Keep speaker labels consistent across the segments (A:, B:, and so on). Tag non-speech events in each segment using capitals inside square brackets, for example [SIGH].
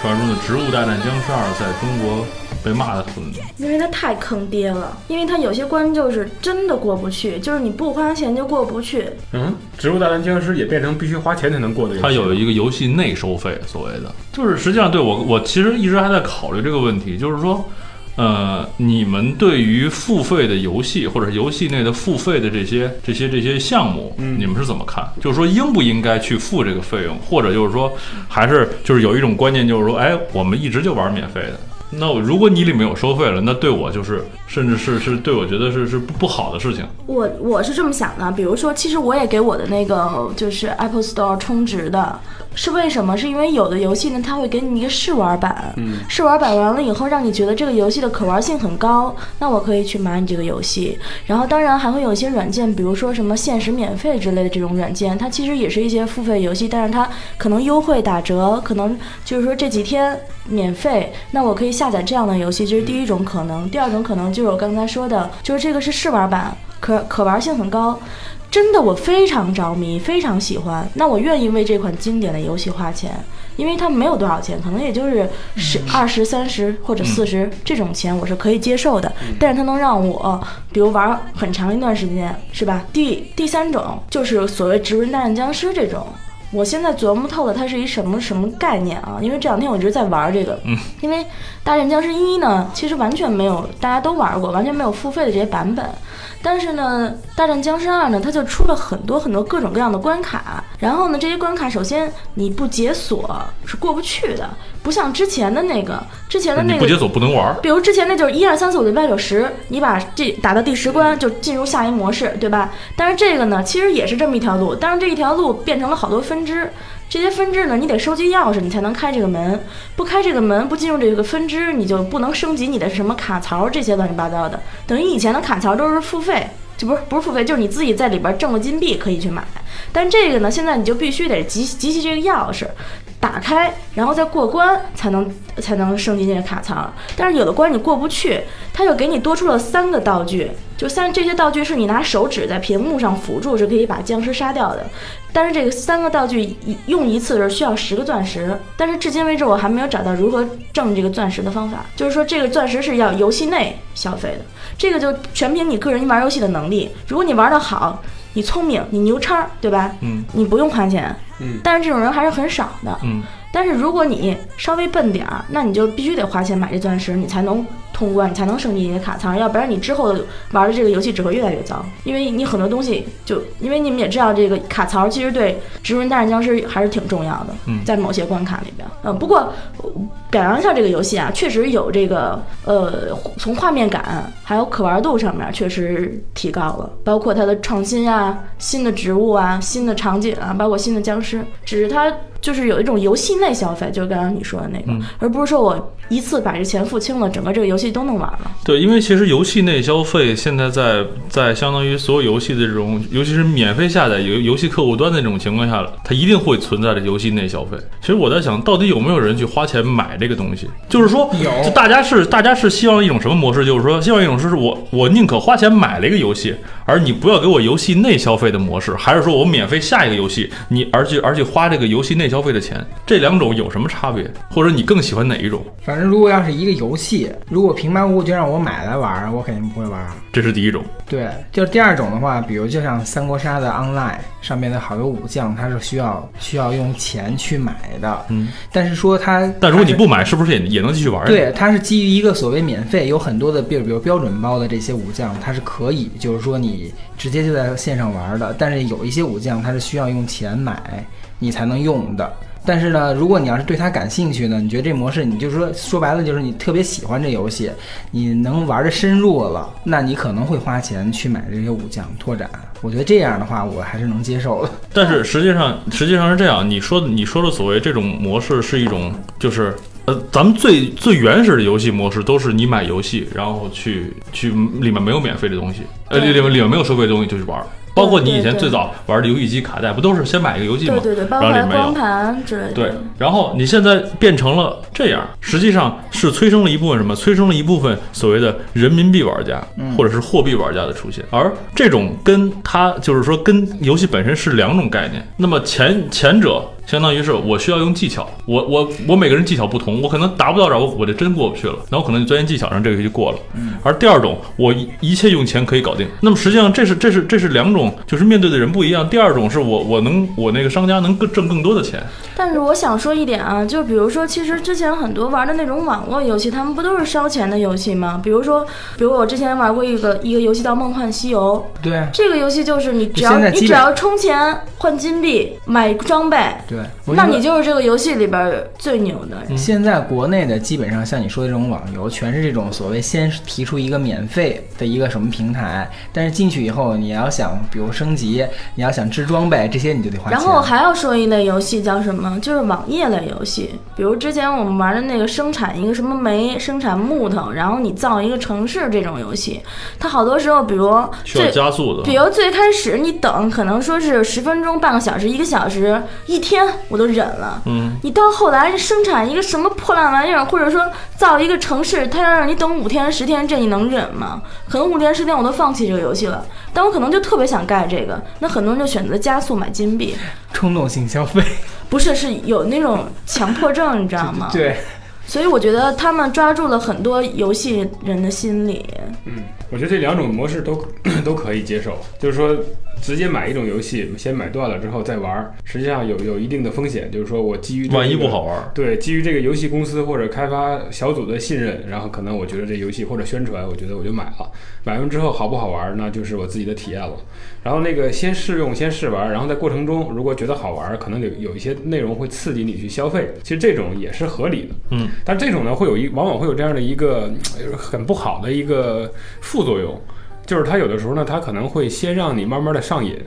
A: 传说中的《植物大战僵尸二》在中国被骂的很，
B: 因为它太坑爹了，因为它有些关就是真的过不去，就是你不花钱就过不去。
C: 嗯，植物大战僵尸也变成必须花钱才能过的游戏。
A: 它有一个游戏内收费，所谓的，就是实际上对我我其实一直还在考虑这个问题，就是说。呃，你们对于付费的游戏或者是游戏内的付费的这些这些这些项目，
C: 嗯
A: 你们是怎么看？就是说应不应该去付这个费用，或者就是说，还是就是有一种观念就是说，哎，我们一直就玩免费的。那我如果你里面有收费了，那对我就是，甚至是是对我觉得是是不不好的事情。
B: 我我是这么想的，比如说，其实我也给我的那个就是 Apple Store 充值的，是为什么？是因为有的游戏呢，它会给你一个试玩版，试玩版完了以后，让你觉得这个游戏的可玩性很高，那我可以去买你这个游戏。然后当然还会有一些软件，比如说什么限时免费之类的这种软件，它其实也是一些付费游戏，但是它可能优惠打折，可能就是说这几天免费，那我可以下载这样的游戏，这是第一种可能。第二种可能就是我刚才说的，就是这个是试玩版。可可玩性很高，真的我非常着迷，非常喜欢。那我愿意为这款经典的游戏花钱，因为它没有多少钱，可能也就是十、二十、三十或者四十、这种钱，我是可以接受的。但是它能让我，比如玩很长一段时间，是吧？第第三种就是所谓《植物人大战僵尸》这种。我现在琢磨透了，它是一什么什么概念啊？因为这两天我一直在玩这个，嗯，因为《大战僵尸一》呢，其实完全没有大家都玩过，完全没有付费的这些版本，但是呢，《大战僵尸二》呢，它就出了很多很多各种各样的关卡。然后呢，这些关卡首先你不解锁是过不去的，不像之前的那个，之前的
A: 你
B: 那
A: 不
B: 个
A: 解锁不能玩儿，
B: 比如之前那就是一二三四五六八九十，你把这打到第十关就进入下一模式，对吧？但是这个呢，其实也是这么一条路，但是这一条路变成了好多分支。这些分支呢，你得收集钥匙，你才能开这个门。不开这个门，不进入这个分支，你就不能升级你的什么卡槽这些乱七八糟的。等于以前的卡槽都是付费，就不是不是付费，就是你自己在里边挣了金币可以去买。但这个呢，现在你就必须得集集齐这个钥匙，打开，然后再过关才能才能升级这个卡槽。但是有的关你过不去，它又给你多出了三个道具，就三这些道具是你拿手指在屏幕上辅助是可以把僵尸杀掉的。但是这个三个道具一用一次的时候需要十个钻石，但是至今为止我还没有找到如何挣这个钻石的方法。就是说，这个钻石是要游戏内消费的，这个就全凭你个人玩游戏的能力。如果你玩得好，你聪明，你牛叉，对吧？
A: 嗯
B: 你不用花钱。
C: 嗯
B: 但是这种人还是很少的。
A: 嗯，
B: 但是如果你稍微笨点儿，那你就必须得花钱买这钻石，你才能通关，你才能升级你的卡槽，要不然你之后玩的这个游戏只会越来越糟。因为你很多东西就，因为你们也知道，这个卡槽其实对《植物人大战僵尸》还是挺重要的，
A: 嗯
B: 在某些关卡里边。嗯，不过呃表扬一下这个游戏啊，确实有这个呃，从画面感还有可玩度上面确实提高了，包括它的创新啊、新的植物啊、新的场景啊，包括新的僵尸，只是它。就是有一种游戏内消费，就是刚刚你说的那个，
A: 嗯
B: 而不是说我一次把这钱付清了，整个这个游戏都能玩了。
A: 对，因为其实游戏内消费现在在在相当于所有游戏的这种，尤其是免费下载游游戏客户端的这种情况下了，它一定会存在着游戏内消费。其实我在想，到底有没有人去花钱买这个东西？就是说，
C: 有
A: 就大家是大家是希望一种什么模式？就是说，希望一种是我我宁可花钱买了一个游戏，而你不要给我游戏内消费的模式，还是说我免费下一个游戏，你而且而且花这个游戏内消费的钱，这两种有什么差别？或者你更喜欢哪一种？
D: 反正如果要是一个游戏，如果平白无故就让我买来玩儿，我肯定不会玩儿。
A: 这是第一种。
D: 对，就是第二种的话，比如就像三国杀的 online 上面的好多武将，它是需要需要用钱去买的。
A: 嗯，
D: 但是说它，
A: 但如果你不买，是不是也也能继续玩？
D: 它是，对，它是基于一个所谓免费，有很多的，比如比如标准包的这些武将，它是可以，就是说你直接就在线上玩的。但是有一些武将，它是需要用钱买，你才能用的。但是呢，如果你要是对它感兴趣呢，你觉得这模式，你就是说说白了就是你特别喜欢这游戏，你能玩的深入了，那你可能会花钱去买这些武将拓展。我觉得这样的话，我还是能接受的。
A: 但是实际上，实际上是这样，你说的你说的所谓这种模式是一种，就是呃，咱们最最原始的游戏模式都是你买游戏，然后去去里面没有免费的东西，呃，里
B: 对
A: 里面里面没有收费的东西就去玩。包括你以
B: 对
A: 前
B: 对
A: 最早玩的游戏机卡带，不都是先买一个游戏吗
B: 对？对对，包
A: 然后
B: 括
A: 里面
B: 光
A: 有。
B: 盘之类的。
A: 对，然后你现在变成了这样，实际上是催生了一部分什么？催生了一部分所谓的人民币玩家，或者是货币玩家的出现。而这种跟它就是说跟游戏本身是两种概念。那么前前者相当于是我需要用技巧，我我我每个人技巧不同，我可能达不到这儿，我我就真过不去了，然后可能就钻研技巧上这个就过了。而第二种，我一一切用钱可以搞定。那么实际上这是这是这是两种，就是面对的人不一样。第二种是我我能我那个商家能更挣更多的钱，
B: 但是我想说一点啊，就比如说，其实之前很多玩的那种网络游戏，他们不都是烧钱的游戏吗？比如说，比如我之前玩过一个一个游戏叫《梦幻西游》，
D: 对
B: 这个游戏就是你只要
D: 现在
B: 你
D: 基
B: 只
D: 本
B: 要充钱换金币买装备，
D: 对，我
B: 那
D: 觉得
B: 你就是这个游戏里边儿最牛的人。
D: 现在国内的基本上像你说的这种网游，全是这种所谓先提出一个免费的一个什么平台，但是进去以后，你要想比如升级，你要想置装备这些，你就得花钱。
B: 然后还要说一类游戏叫什么？就是网页类游戏，比如之前我们玩的那个生产一个什么煤、生产木头，然后你造一个城市这种游戏，它好多时候，比如
A: 需要
B: 最
A: 加速的。
B: 比如最开始你等可能说是十分钟、半个小时、一个小时、一天，我都忍了。
A: 嗯，
B: 你到后来生产一个什么破烂玩意儿，或者说造一个城市，它要让你等五天、十天，这你能忍吗？可能五天、十天我都放弃这个游戏了，但我可能就特别想盖这个，那很多人就选择加速买金币，
D: 冲动性消 [LAUGHS] 费，
B: 不是是有那种强迫症，你知道吗？
D: [LAUGHS] 对，
B: 所以我觉得他们抓住了很多游戏人的心理。
C: 嗯，我觉得这两种模式都都可 [CLEARS THROAT] 以接受，就是说直接买一种游戏，先买断了之后再玩儿，实际上有有一定的风险，就是说我基于这
A: 万一
C: 个
A: 不好玩儿，
C: 对，基于这个游戏公司或者开发小组的信任，然后可能我觉得这游戏或者宣传，我觉得我就买了。买完之后好不好玩儿，那就是我自己的体验了。然后那个先试用，先试玩，然后在过程中如果觉得好玩儿，可能有有一些内容会刺激你去消费，其实这种也是合理的。
A: 嗯，
C: 但这种呢，会有一往往会有这样的一个呃很不好的一个副作用。就是它有的时候呢，它可能会先让你慢慢的上瘾，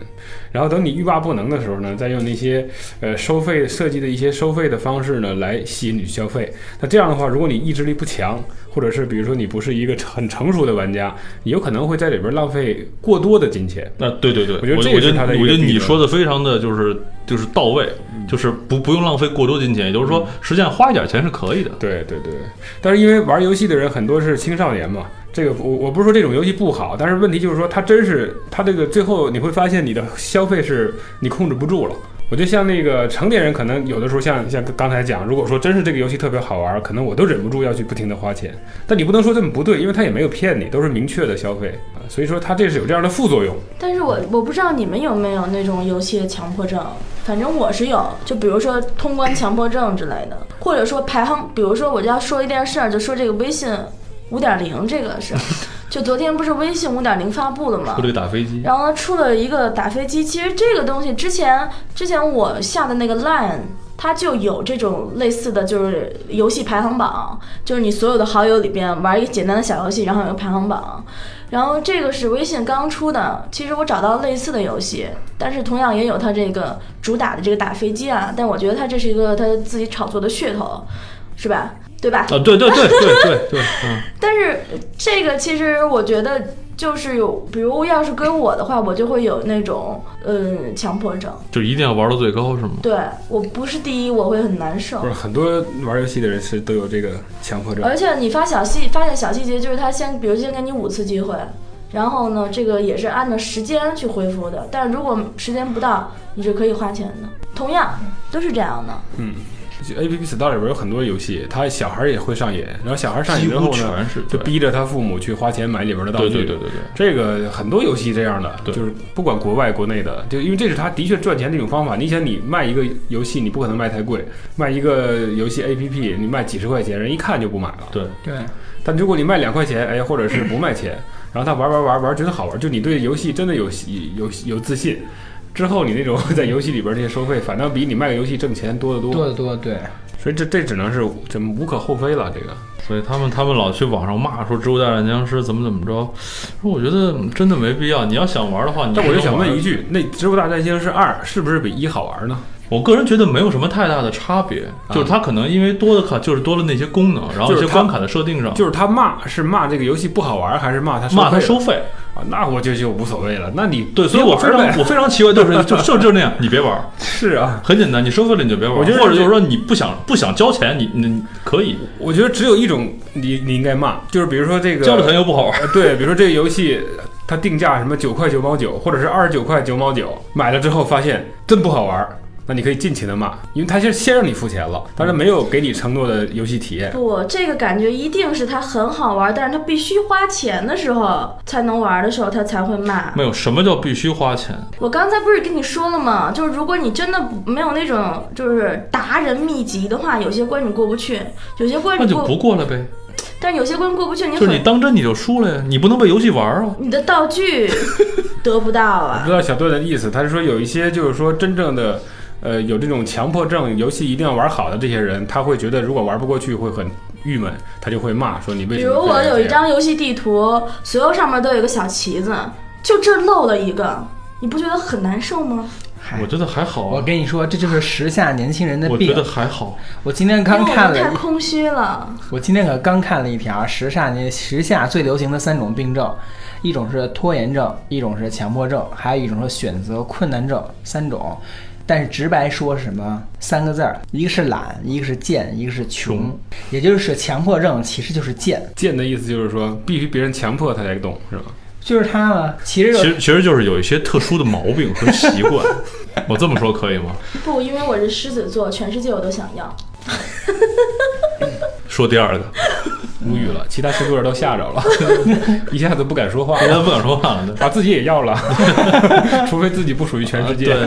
C: 然后等你欲罢不能的时候呢，再用那些呃收费设计的一些收费的方式呢，来吸引你去消费。那这样的话，如果你意志力不强，或者是比如说你不是一个很成熟的玩家，你有可能会在里边浪费过多的金钱。
A: 那对对对，
C: 我觉得
A: 我
C: 这
A: 我
C: 也是
A: 觉得
C: 它的一
A: 我
C: 个嗯
A: 觉得
C: 弊
A: 你
C: 端
A: 说的非常的就是就是到位，就是不不用浪费过多金钱，也就是
C: 嗯
A: 说，实际上花一点钱是可以的。
C: 对对对，但是因为玩游戏的人很多是青少年嘛，这个我我不是说这种游戏不好，但是问题就是说它真是它这个最后你会发现你的消费是你控制不住了。我觉得像那个成年人，可能有的时候像像刚才讲，如果说真是这个游戏特别好玩，可能我都忍不住要去不停的花钱。但你不能说这么不对，因为他也没有骗你，都是明确的消费啊，所以说它这是有这样的副作用。
B: 但是我我不知道你们有没有那种游戏的强迫症，反正我是有，就比如说通关强迫症之类的，或者说排行，比如说我就要说一件事儿，就说这个微信五点零这个事儿，就昨天不是微信五点零发布了吗
A: 说？这个打飞
C: 嗯
A: 机，
B: 然后呢，出了一个打飞机，其实这个东西之前之前我下的那个 Line。它就有这种类似的就是游戏排行榜，就是你所有的好友里边玩一个简单的小游戏，然后有个排行榜。然后这个是微信刚出的，其实我找到类似的游戏，但是同样也有它这个主打的这个打飞机啊，但我觉得它这是一个它自己炒作的噱头，是吧？对吧？
A: 啊，对对对对对 [LAUGHS] 对，嗯，
B: 但是这个其实我觉得就是有，比如要是跟我的话，我就会有那种嗯强迫症。
A: 就一定要玩到最高是吗？
B: 对我不是第一，我会很难受
C: 不。是很多玩游戏的人是都有这个强迫症。
B: 而且你发小细发现小细节，就是他先，比如先给你五次机会，然后呢，这个也是按照时间去恢复的。但如果时间不到，你是可以花钱的。同样都是这样的。
C: A P P Store 里边有很多游戏，它小孩也会上瘾，然后小孩上瘾
A: 几
C: 之
A: 乎
C: 后呢，
A: 全是
C: 就
A: 对
C: 逼着他父母去花钱买里边的道
A: 对
C: 具。
A: 对对对对，
C: 这个很多游戏这样的，
A: 对
C: 就是不管国外国内的，就因为这是他的确赚钱的一种方法。你想，你卖一个游戏，你不可能卖太贵，卖一个游戏 A P P，你卖几十块钱，人一看就不买了。
A: 对，
D: 对，
C: 但如果你卖两块钱，哎，或者是不卖钱，然后他玩玩玩玩，觉得好玩，就你对游戏真的有喜有有自信，之后你那种 [LAUGHS] 在游戏里边这些收费，反倒比你卖个游戏挣钱多得多。
D: 多得多，对，
C: 所以这这只能是怎么无可厚非了。这个
A: 所以他们他们老去网上骂说《植物大战僵尸》怎么怎么着，说我觉得嗯真的没必要。你要想玩的话，你
C: 但我就想
A: 嗯玩
C: 问一，句，那《植物大战僵尸二》是不是比一好玩呢？
A: 我个人觉得没有什么太大的差别，就是它可能因为多的卡就是多了那些功能，然后一
C: 啊就是
A: 些
C: 它
A: 关卡的设定上，
C: 就是他骂是骂这个游戏不好玩，还是骂他
A: 嗯骂它
C: 收
A: 收
C: 费
A: 费。
C: 啊？那我就就无所谓了。那你
A: 对，所以
C: 别
A: 我
C: 玩
A: 非常
C: 呗
A: 我非常奇怪，就是就就就那样，你别玩儿，
C: 是啊，
A: 很简单，你收费了你就别玩儿，
C: 我觉得
A: 或者
C: 这
A: 就是说你不想不想交钱，你你你可以
C: 我觉得只有一种你你应该骂，就是比如说这个
A: 交了钱又不好玩儿，
C: 呃对，比如说这个游戏它定价什么九块九毛九，或者是二十九块九毛九，买了之后发现真不好玩，那你可以尽情的骂，因为他是先让你付钱了，但是没有给你承诺的游戏体验。
B: 不，这个感觉一定是它很好玩，但是它必须花钱的时候才能玩的时候，它才会骂。
A: 没有什么叫必须花钱，
B: 我刚才不是跟你说了吗？就是如果你真的不没有那种就是达人秘籍的话，有些关你过不去，有些关
A: 那
B: 你
A: 就
B: 过，
A: 不过了呗。
B: 但是有些关过不去，你
A: 就是你
B: 很
A: 当真你就输了呀，你不能被游戏玩啊。
B: 你的道具得不到
C: 我
B: 啊
C: 不。知道小段的意思，他是说有一些就是说真正的，呃，有这种强迫症，游戏一定要玩好的这些人，他会觉得如果玩不过去会很郁闷，他就会骂说你为
B: 比
C: 什么
B: 如
C: 非要这
B: 我
C: 样？
B: 有一张游戏地图，所有上面都有一个小旗子，就这儿漏了一个，你不觉得很难受吗？
D: 嗨
A: 我觉得还好
D: 我
A: 啊，
D: 跟你说，这就是时下年轻人的
A: 我觉
D: 病。
A: 得还好。
D: 我今天
B: 因为
D: 刚
B: 我
D: 看
B: 们太
D: 了一，
B: 空虚了。
D: 我今天可刚看了一条时下那时下最流行的三种病症，一种是拖延症，一种是强迫症，还有一种是选择困难症，三种。但是直白说是什么三个字儿，一个是懒，一个是贱，一个是穷
A: 穷，
D: 也就是强迫症其实就是贱，
C: 贱的意思就是说必须别人强迫他才动，是吧？
D: 就是他了。其实
A: 其
D: 就
A: 实其实就是有一些特殊的毛病和习惯， [LAUGHS] 我这么说可以吗？
B: 不，因为我是狮子座，全世界我都想要。
A: 说第二个，
C: 无语了，其他星座人都吓着
B: [LAUGHS]
C: 了，一下子不敢说话
A: 大
C: 了，
A: 家不敢说话了。
C: 把自己
A: [LAUGHS]
C: 也要了，除非自己不属于全世界，
A: 啊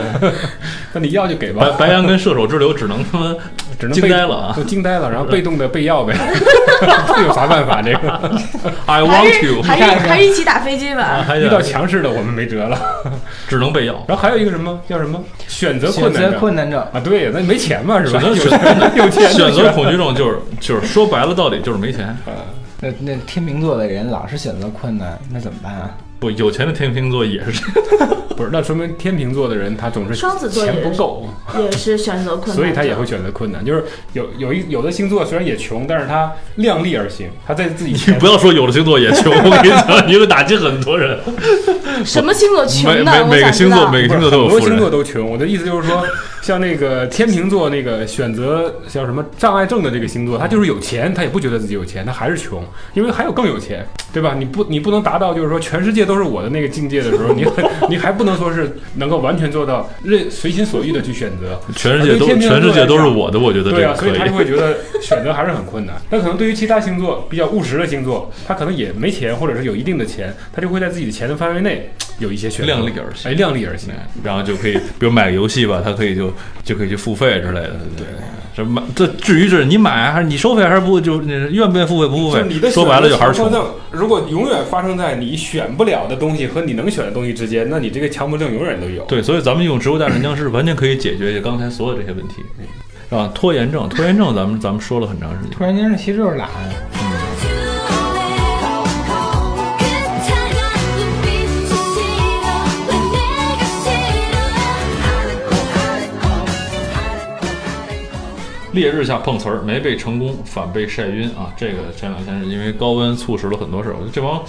C: 那你要就给吧
A: 白，白羊跟射手之流只能他妈
C: 只能
A: 惊
C: 被
A: 呆了啊
C: 就惊呆了，然后被动的被要
A: [LAUGHS]
C: 呗，这有啥办法？这个
A: I
B: 还
A: want
B: 是
A: you，
B: [LAUGHS] 还是还是一起打飞机吧。
A: 还
C: 遇到
A: 有
C: 强势的我们没辙了。
A: 只能被要。
C: 然后还有一个什么叫什么选择
D: 选
C: 困难
D: 择
C: 症
D: 困难症，
C: 啊？对，那没钱嘛是吧？
A: 选择
C: 有
A: 选
C: 钱有钱就
A: 选择恐惧症就是就是说白了，到底就是没钱。
D: 那那天秤座的人老是选择困难，那怎么办啊？
A: 不，有钱的天秤座也是这样。
C: 不是，那说明天秤座的人他总是
B: 双子座
C: 钱
B: 也
C: 不
B: 是
C: 够，
B: 也是选择困难，
C: 所以他也会。选择困难。就是有有一有的星座虽然也穷，但是他量力而行，他在自己
A: 你不要说有的星座也穷，我跟你讲，你会打击很多人。
B: 什么星座穷
A: 每
B: 的？
A: 每
B: 我
A: 每
B: 想
A: 个
B: 知
A: 星座
B: 道。
A: 每个
C: 不是
A: 星座都有
C: 很多
A: 富
C: 星座
A: 人。
C: 都穷。我的意思就
A: [LAUGHS]
C: 是说，像那个天秤座那个选择叫什么障碍症的这个星座，他就是有钱，他也不觉得自己有钱，他还是穷，因为还有更有钱，对吧？你不你不能达到就是说全世界都是我的那个境界的时候，你
A: [LAUGHS]
C: 你还不能说是能够完全做到任随心所欲的去选择。
A: 全世界都
C: 啊天秤座
A: 全世界都是
C: 来讲
A: 我的，我觉得这
C: 对
A: 个
C: 啊，
A: 可
C: 所以他
A: 以
C: 就。会觉得选择还是很困难。 [LAUGHS] 但可能对于其他星座比较务实的星座，他可能也没钱，或者是有一定的钱，他就会在自己的钱的范围内有一些选择，
A: 量力而行
C: 哎，量力而行。
A: 然后就可以，比如买个游戏吧，他可以就就可以去付费之类的。对，这买这至于是你买还是你收费还是不就你愿不愿意付费不付
C: 就是你的
A: 费，说白了就还是穷
C: 强迫。症，如果永远发生在你选不了的东西和你能选的东西之间，那你这个强迫症永远都有。
A: 对，所以咱们用植物大战僵尸完全可以解决刚才所有这些问题，是吧？拖延症，拖延症咱们咱们说了很长时间。
D: 突然间其实就是懒，
A: 烈日下碰瓷儿没被成功，反被晒晕啊！这个前两天是因为高温促使了很多事儿。我觉得这帮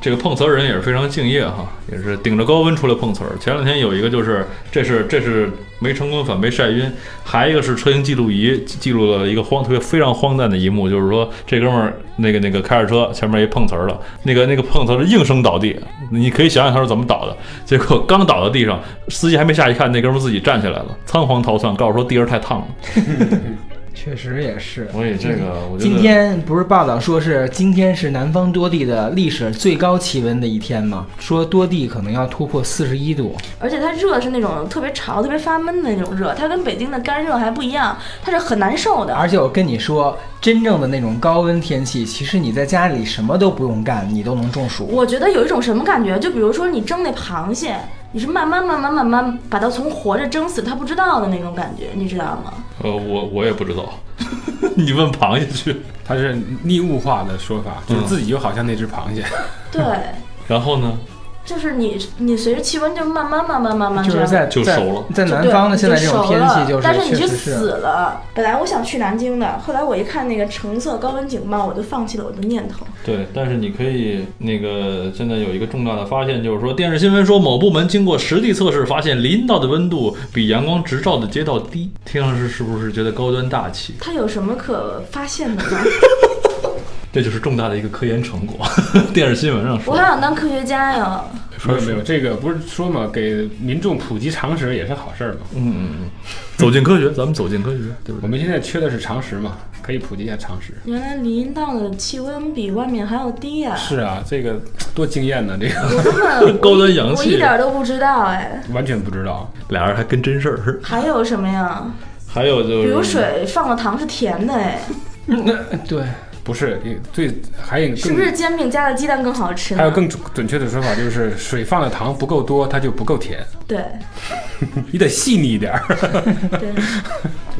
A: 这个碰瓷儿人也是非常敬业哈，也是顶着高温出来碰瓷儿。前两天有一个就是，这是这是没成功反被晒晕，还一个是车型记录仪记记录了一个荒特别非常荒诞的一幕，就是说这哥们儿那个那个开着车前面一碰瓷儿了，那个那个碰瓷儿应声倒地，你可以想想他是怎么倒的。结果刚倒到地上，司机还没下去看，那哥们儿自己站起来了，仓皇逃窜，告诉说地儿太烫了。
D: 确实也是。
A: 所以这个我觉得
D: 今天不是报道说是今天是南方多地的历史最高气温的一天吗？说多地可能要突破四十一度，
B: 而且它热是那种特别潮、特别发闷的那种热，它跟北京的干热还不一样，它是很难受的。
D: 而且我跟你说，真正的那种高温天气，其实你在家里什么都不用干，你都能中暑。
B: 我觉得有一种什么感觉，就比如说你蒸那螃蟹，你是慢慢慢慢慢慢把它从活着蒸死，它不知道的那种感觉，你知道吗？
A: 呃，我我也不知道， [LAUGHS] 你问螃蟹去。
C: 它是逆物化的说法，就是自己就好像那只螃 [LAUGHS] 蟹，
D: [LAUGHS]
B: 对，
A: 然后呢，
B: 就是你你随着气温就慢慢慢慢慢慢
D: 就
B: 这样
D: 是在
A: 就
D: 在
A: 熟了
D: 在
B: 就
D: 南
B: 对
D: 方的
B: 你
D: 现在这种
B: 熟
D: 天气，
B: 了
D: 就是
B: 但是你
D: 确
B: 就
D: 实
B: 死
D: 是
B: 了。本来我想去南京的，后来我一看那个橙色高温警报，我就放弃了我的念头。
A: 对，但是你可以那个，现在有一个重大的发现，就是说电视新闻说某部门经过实地测试，发现林道的温度比阳光直照的街道低，听上去是不是觉得高端大气？
B: 它有什么可发现的呢？
A: 这就是重大的一个科研成果，电视新闻上
B: [LAUGHS]
A: [LAUGHS] 说
B: 我还。想当科学家呀！
C: 没
A: 说
C: 有没有，这个不是说嘛，给民众普及常识也是好事儿嘛。
A: 嗯嗯嗯，走进科学，咱们走进科学，对不
C: 我
A: 对？
C: 们现在缺的是常识嘛，可以普及一下常识。
B: 原来林荫道的气温比外面还要低呀、
C: 是啊，这个多惊艳呢，这个 [LAUGHS]
B: 我根
A: [LAUGHS]
B: 本
A: 高端洋
B: 我
A: 气
B: 一点都不知道哎。
C: 完全不知道。
A: 俩人还跟真事儿似的。
B: 还有什么呀？
A: 嗯还有就是，
B: 比如水放了糖是甜的哎，
D: [LAUGHS] 对，
C: 不是，最还有更
B: 是不是煎饼加了鸡蛋更好吃呢？
C: 还有更准准确的说法就是，水放的糖不够多，它就不够甜，
B: 对
C: 你得细腻一点儿。 [LAUGHS]
A: [LAUGHS]
B: 对，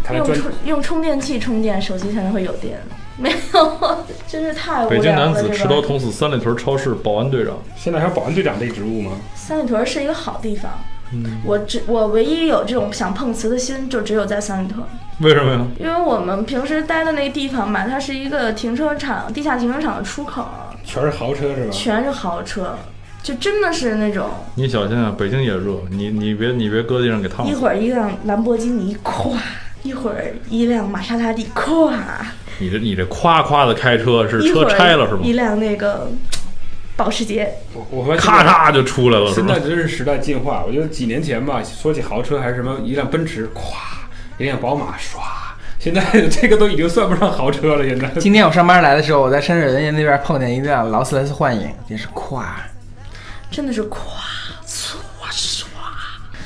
C: 它的
B: 用
C: 专
B: 充用充电器充电，手机才能会有电。 [LAUGHS] 没有，真是太无
A: 北京
B: 聊
A: 男
B: 了。
A: 子
B: 这
A: 持刀
B: 个
A: 捅死三里屯超市保安队长，
C: 现在还有保安队长这职务吗？
B: 三里屯是一个好地方。
A: 嗯
B: 我只我唯一有这种想碰瓷的心，就只有在三里屯。
A: 为什么呀？
B: 因为我们平时待的那地方嘛，它是一个停车场、地下停车场的出口，啊
C: 全是豪车是吧？
B: 全是豪车，就真的是那种
A: 你小心啊，北京也热，你你别你别搁地上给烫
B: 一
A: 死。
B: 会儿一辆兰博基尼咵，一会儿一辆玛莎拉蒂咵，
A: 你这你这夸夸的开车是
B: 一会
A: 车
B: 儿
A: 拆了是
B: 一
A: 吗？
B: 辆那个保时捷，
C: 我我发现
A: 咔嚓就出来了是
C: 现
A: 吗
C: 在？真是时代进化。我觉得几年前吧，说起豪车还是什么一辆奔驰，咵，一辆宝马，唰。现在这个都已经算不上豪车了。现在
D: 今天我上班来的时候，我在深水人家那边碰见一辆劳斯莱斯幻影，也是咵，
B: 真的是咵，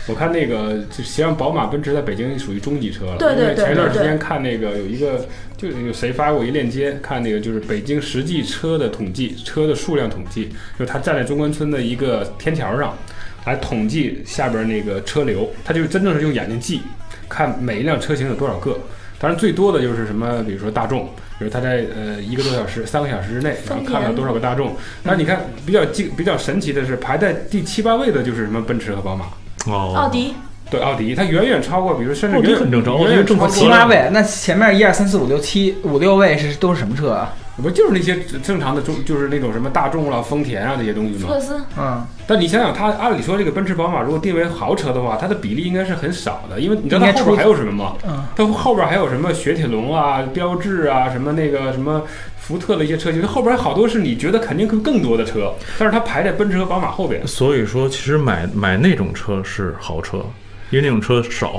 C: 我看那个，就实际上宝马、奔驰在北京属于中级车了。
B: 对对
C: 因为
B: 对
C: 前一段时
B: 对
C: 间看那个有一个，就是有谁发过一链接，看那个就是北京实际车的统计，车的数量统计，就是他站在中关村的一个天桥上，来统计下边那个车流，他就是真正是用眼睛记，看每一辆车型有多少个。当然，最多的就是什么，比如说大众，比如他在呃一个多小时、三个小时之内，然后看了多少个大众。但是你看，比较惊、比较神奇的是，排在第七八位的就是什么奔驰和宝马。
A: 哦，
B: 奥迪，
C: 对，奥迪它远远超过，比如甚至
A: 奥迪
C: 远远
A: 很正常
C: 远
A: 奥
C: 远
A: 迪正常
C: 超过
D: 七八位，那前面一二三四五六七五六位是都是什么车啊？
C: 不就是那些正常的中，就是那种什么大众啦、丰田啊这些东西
A: 哦
B: 福
C: 吗？
B: 克斯，
D: 嗯，
C: 但你想想，它按理说这个奔驰、宝马如果定为豪车的话，它的比例应该是很少的，因为你知道它
D: 应该
C: 后
D: 出
C: 边还有什么吗？
D: 嗯，
C: 它后边还有什么雪铁龙啊、标致啊、什么那个什么福特的一些车型，后边好多是你觉得肯定更更多的车，但是它排在奔驰和宝马后边，
A: 所以说其实买买那种车是豪车，因为那种车少。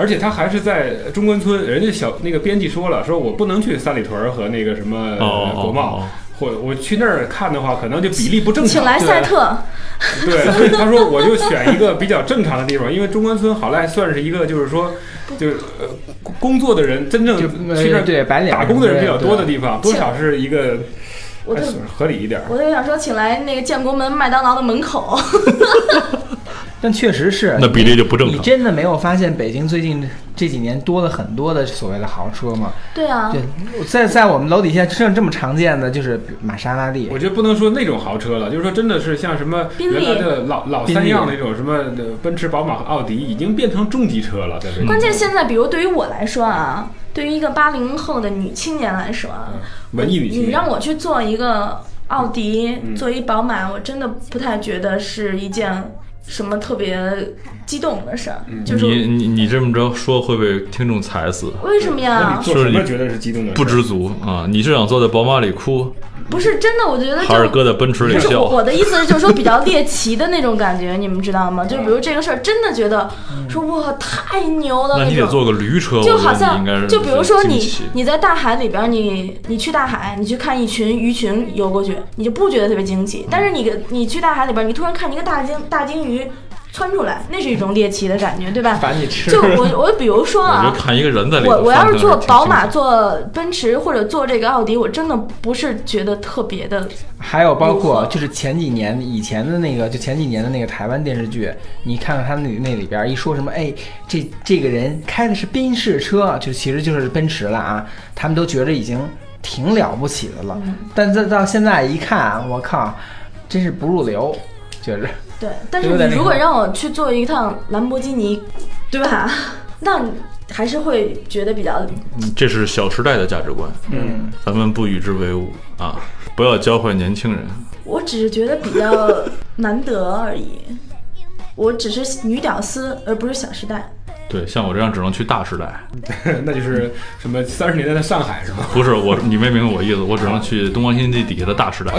C: 而且它还是在中关村，人家小那个编辑说了，说我不能去三里屯儿和那个什么、呃
A: 哦哦
C: 国贸。
A: 哦
C: 或我去那儿看的话，可能就比例不正
B: 请
C: 常。
B: 来赛特，
C: 对，所以他说我就选一个比较正常的地方，因为中关村好赖算是一个就是说，就是呃工作的人真正
D: 就
C: 去那
D: 呃
C: 儿
D: 对白领
C: 打工的人比较多的
D: 对
C: 地方，多少是一个
B: 我
C: 还
B: 就是
C: 合理一点儿。
B: 我就想说，请来那个建国门麦当劳的门口， [LAUGHS]
D: 但确实是
B: 哎
A: 那比例就不正
D: 你
A: 常。
D: 真的没有发现北京最近这几年多了很多的所谓的豪车吗？
B: 对啊，
D: 对，在在我们楼底下这这么常见的就是玛莎拉蒂
C: 我，觉得不能说那种豪车了，就是说真的是像什么
B: 宾
C: 原
B: 利
C: 来的老老
D: 宾
C: 三
D: 利
C: 样那种什么呃奔驰、宝马、和奥迪，已经变成中级车了，在这里。
B: 关键现在，比如对于我来说啊，对于一个八零后的女青年来说啊，
C: 嗯文艺女青
B: 你
C: 年
B: 让我去做一个奥迪，
C: 嗯
B: 做一宝马，我真的不太觉得是一件什么特别激动的事儿。
C: 嗯
B: 就是
A: 你你你这么着说会被听众踩死，
B: 为什么
C: 那
B: 呀
C: 你？做
A: 是
C: 什么
A: 你
C: 觉得是激动的事儿？
A: 不知足啊！你是想坐在宝马里哭，
B: 不是真的，我觉得
A: 还是
B: 就
A: 搁在奔驰里
B: 不是我
A: 笑？
B: 我的意思是，就是说比较猎奇的那种感觉，你们知道吗？就比如这个事儿，真的觉得说哇太牛了
A: 那你
B: 那
A: 得
B: 种。
A: 坐个驴车，
B: 就
A: 我觉得
B: 好
A: 你
B: 像
A: 应该是，
B: 就比如说
A: 惊
B: 你
A: 奇，
B: 你在大海里边儿，你你去大海，你去看一群鱼群游过去，你就不觉得特别惊奇。但是你你去大海里边儿，你突然看一个大鲸大鲸鱼窜出来，那是一种猎奇的感觉，对吧？
D: 把你吃
B: 就我我比如说
A: 我
B: 啊
A: 就，看一个人在里头
B: 我我要
A: 翻腾
B: 是坐
A: 挺
B: 宝
A: 惊
B: 马、
A: 喜
B: 坐奔驰或者坐这个奥迪，我真的不是觉得特别的。
D: 还有包
B: 如何
D: 括就是前几年以前的那个，就前几年的那个台湾电视剧，你看看他那那里边一说什么，哎，这这个人开的是宾士车，啊就其实就是奔驰了啊，他们都觉得已经挺了不起的
B: 嗯
D: 了，但再到现在一看，啊我靠，真是不入流，觉着
B: 对，但是
D: 有点那
B: 你
D: 个
B: 如果让我去坐一趟兰博基尼，对吧？ [LAUGHS] 那还是会觉得比较
A: 嗯这是《小时代》的价值观，
D: 嗯，
A: 咱们不与之为伍啊！不要教坏年轻人。
B: 我只是觉得比较难得而已，我只是女屌丝，而不是《小时代》。
A: 对，像我这样只能去大时代，
C: [LAUGHS] 那就是什么三十年代的上海是吗？
A: 不是我，你没明白我意思，我只能去东方新地底下的大时代。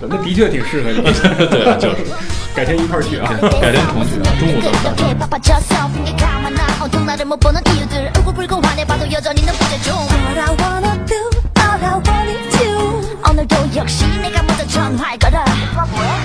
C: 那的确挺适合你，
A: [LAUGHS] 对，就是
C: 改天一块儿去啊。
A: 改天同居，中午咱们
E: 대파파쳐 싸움이 가만한 어둠 나를 못 보는 이유들 얼굴 붉은 환에 봐도 여전히 는 부재 중
F: What I wanna do, all I wanna do.
E: 오늘도 역시 내가 먼저 전화할 거다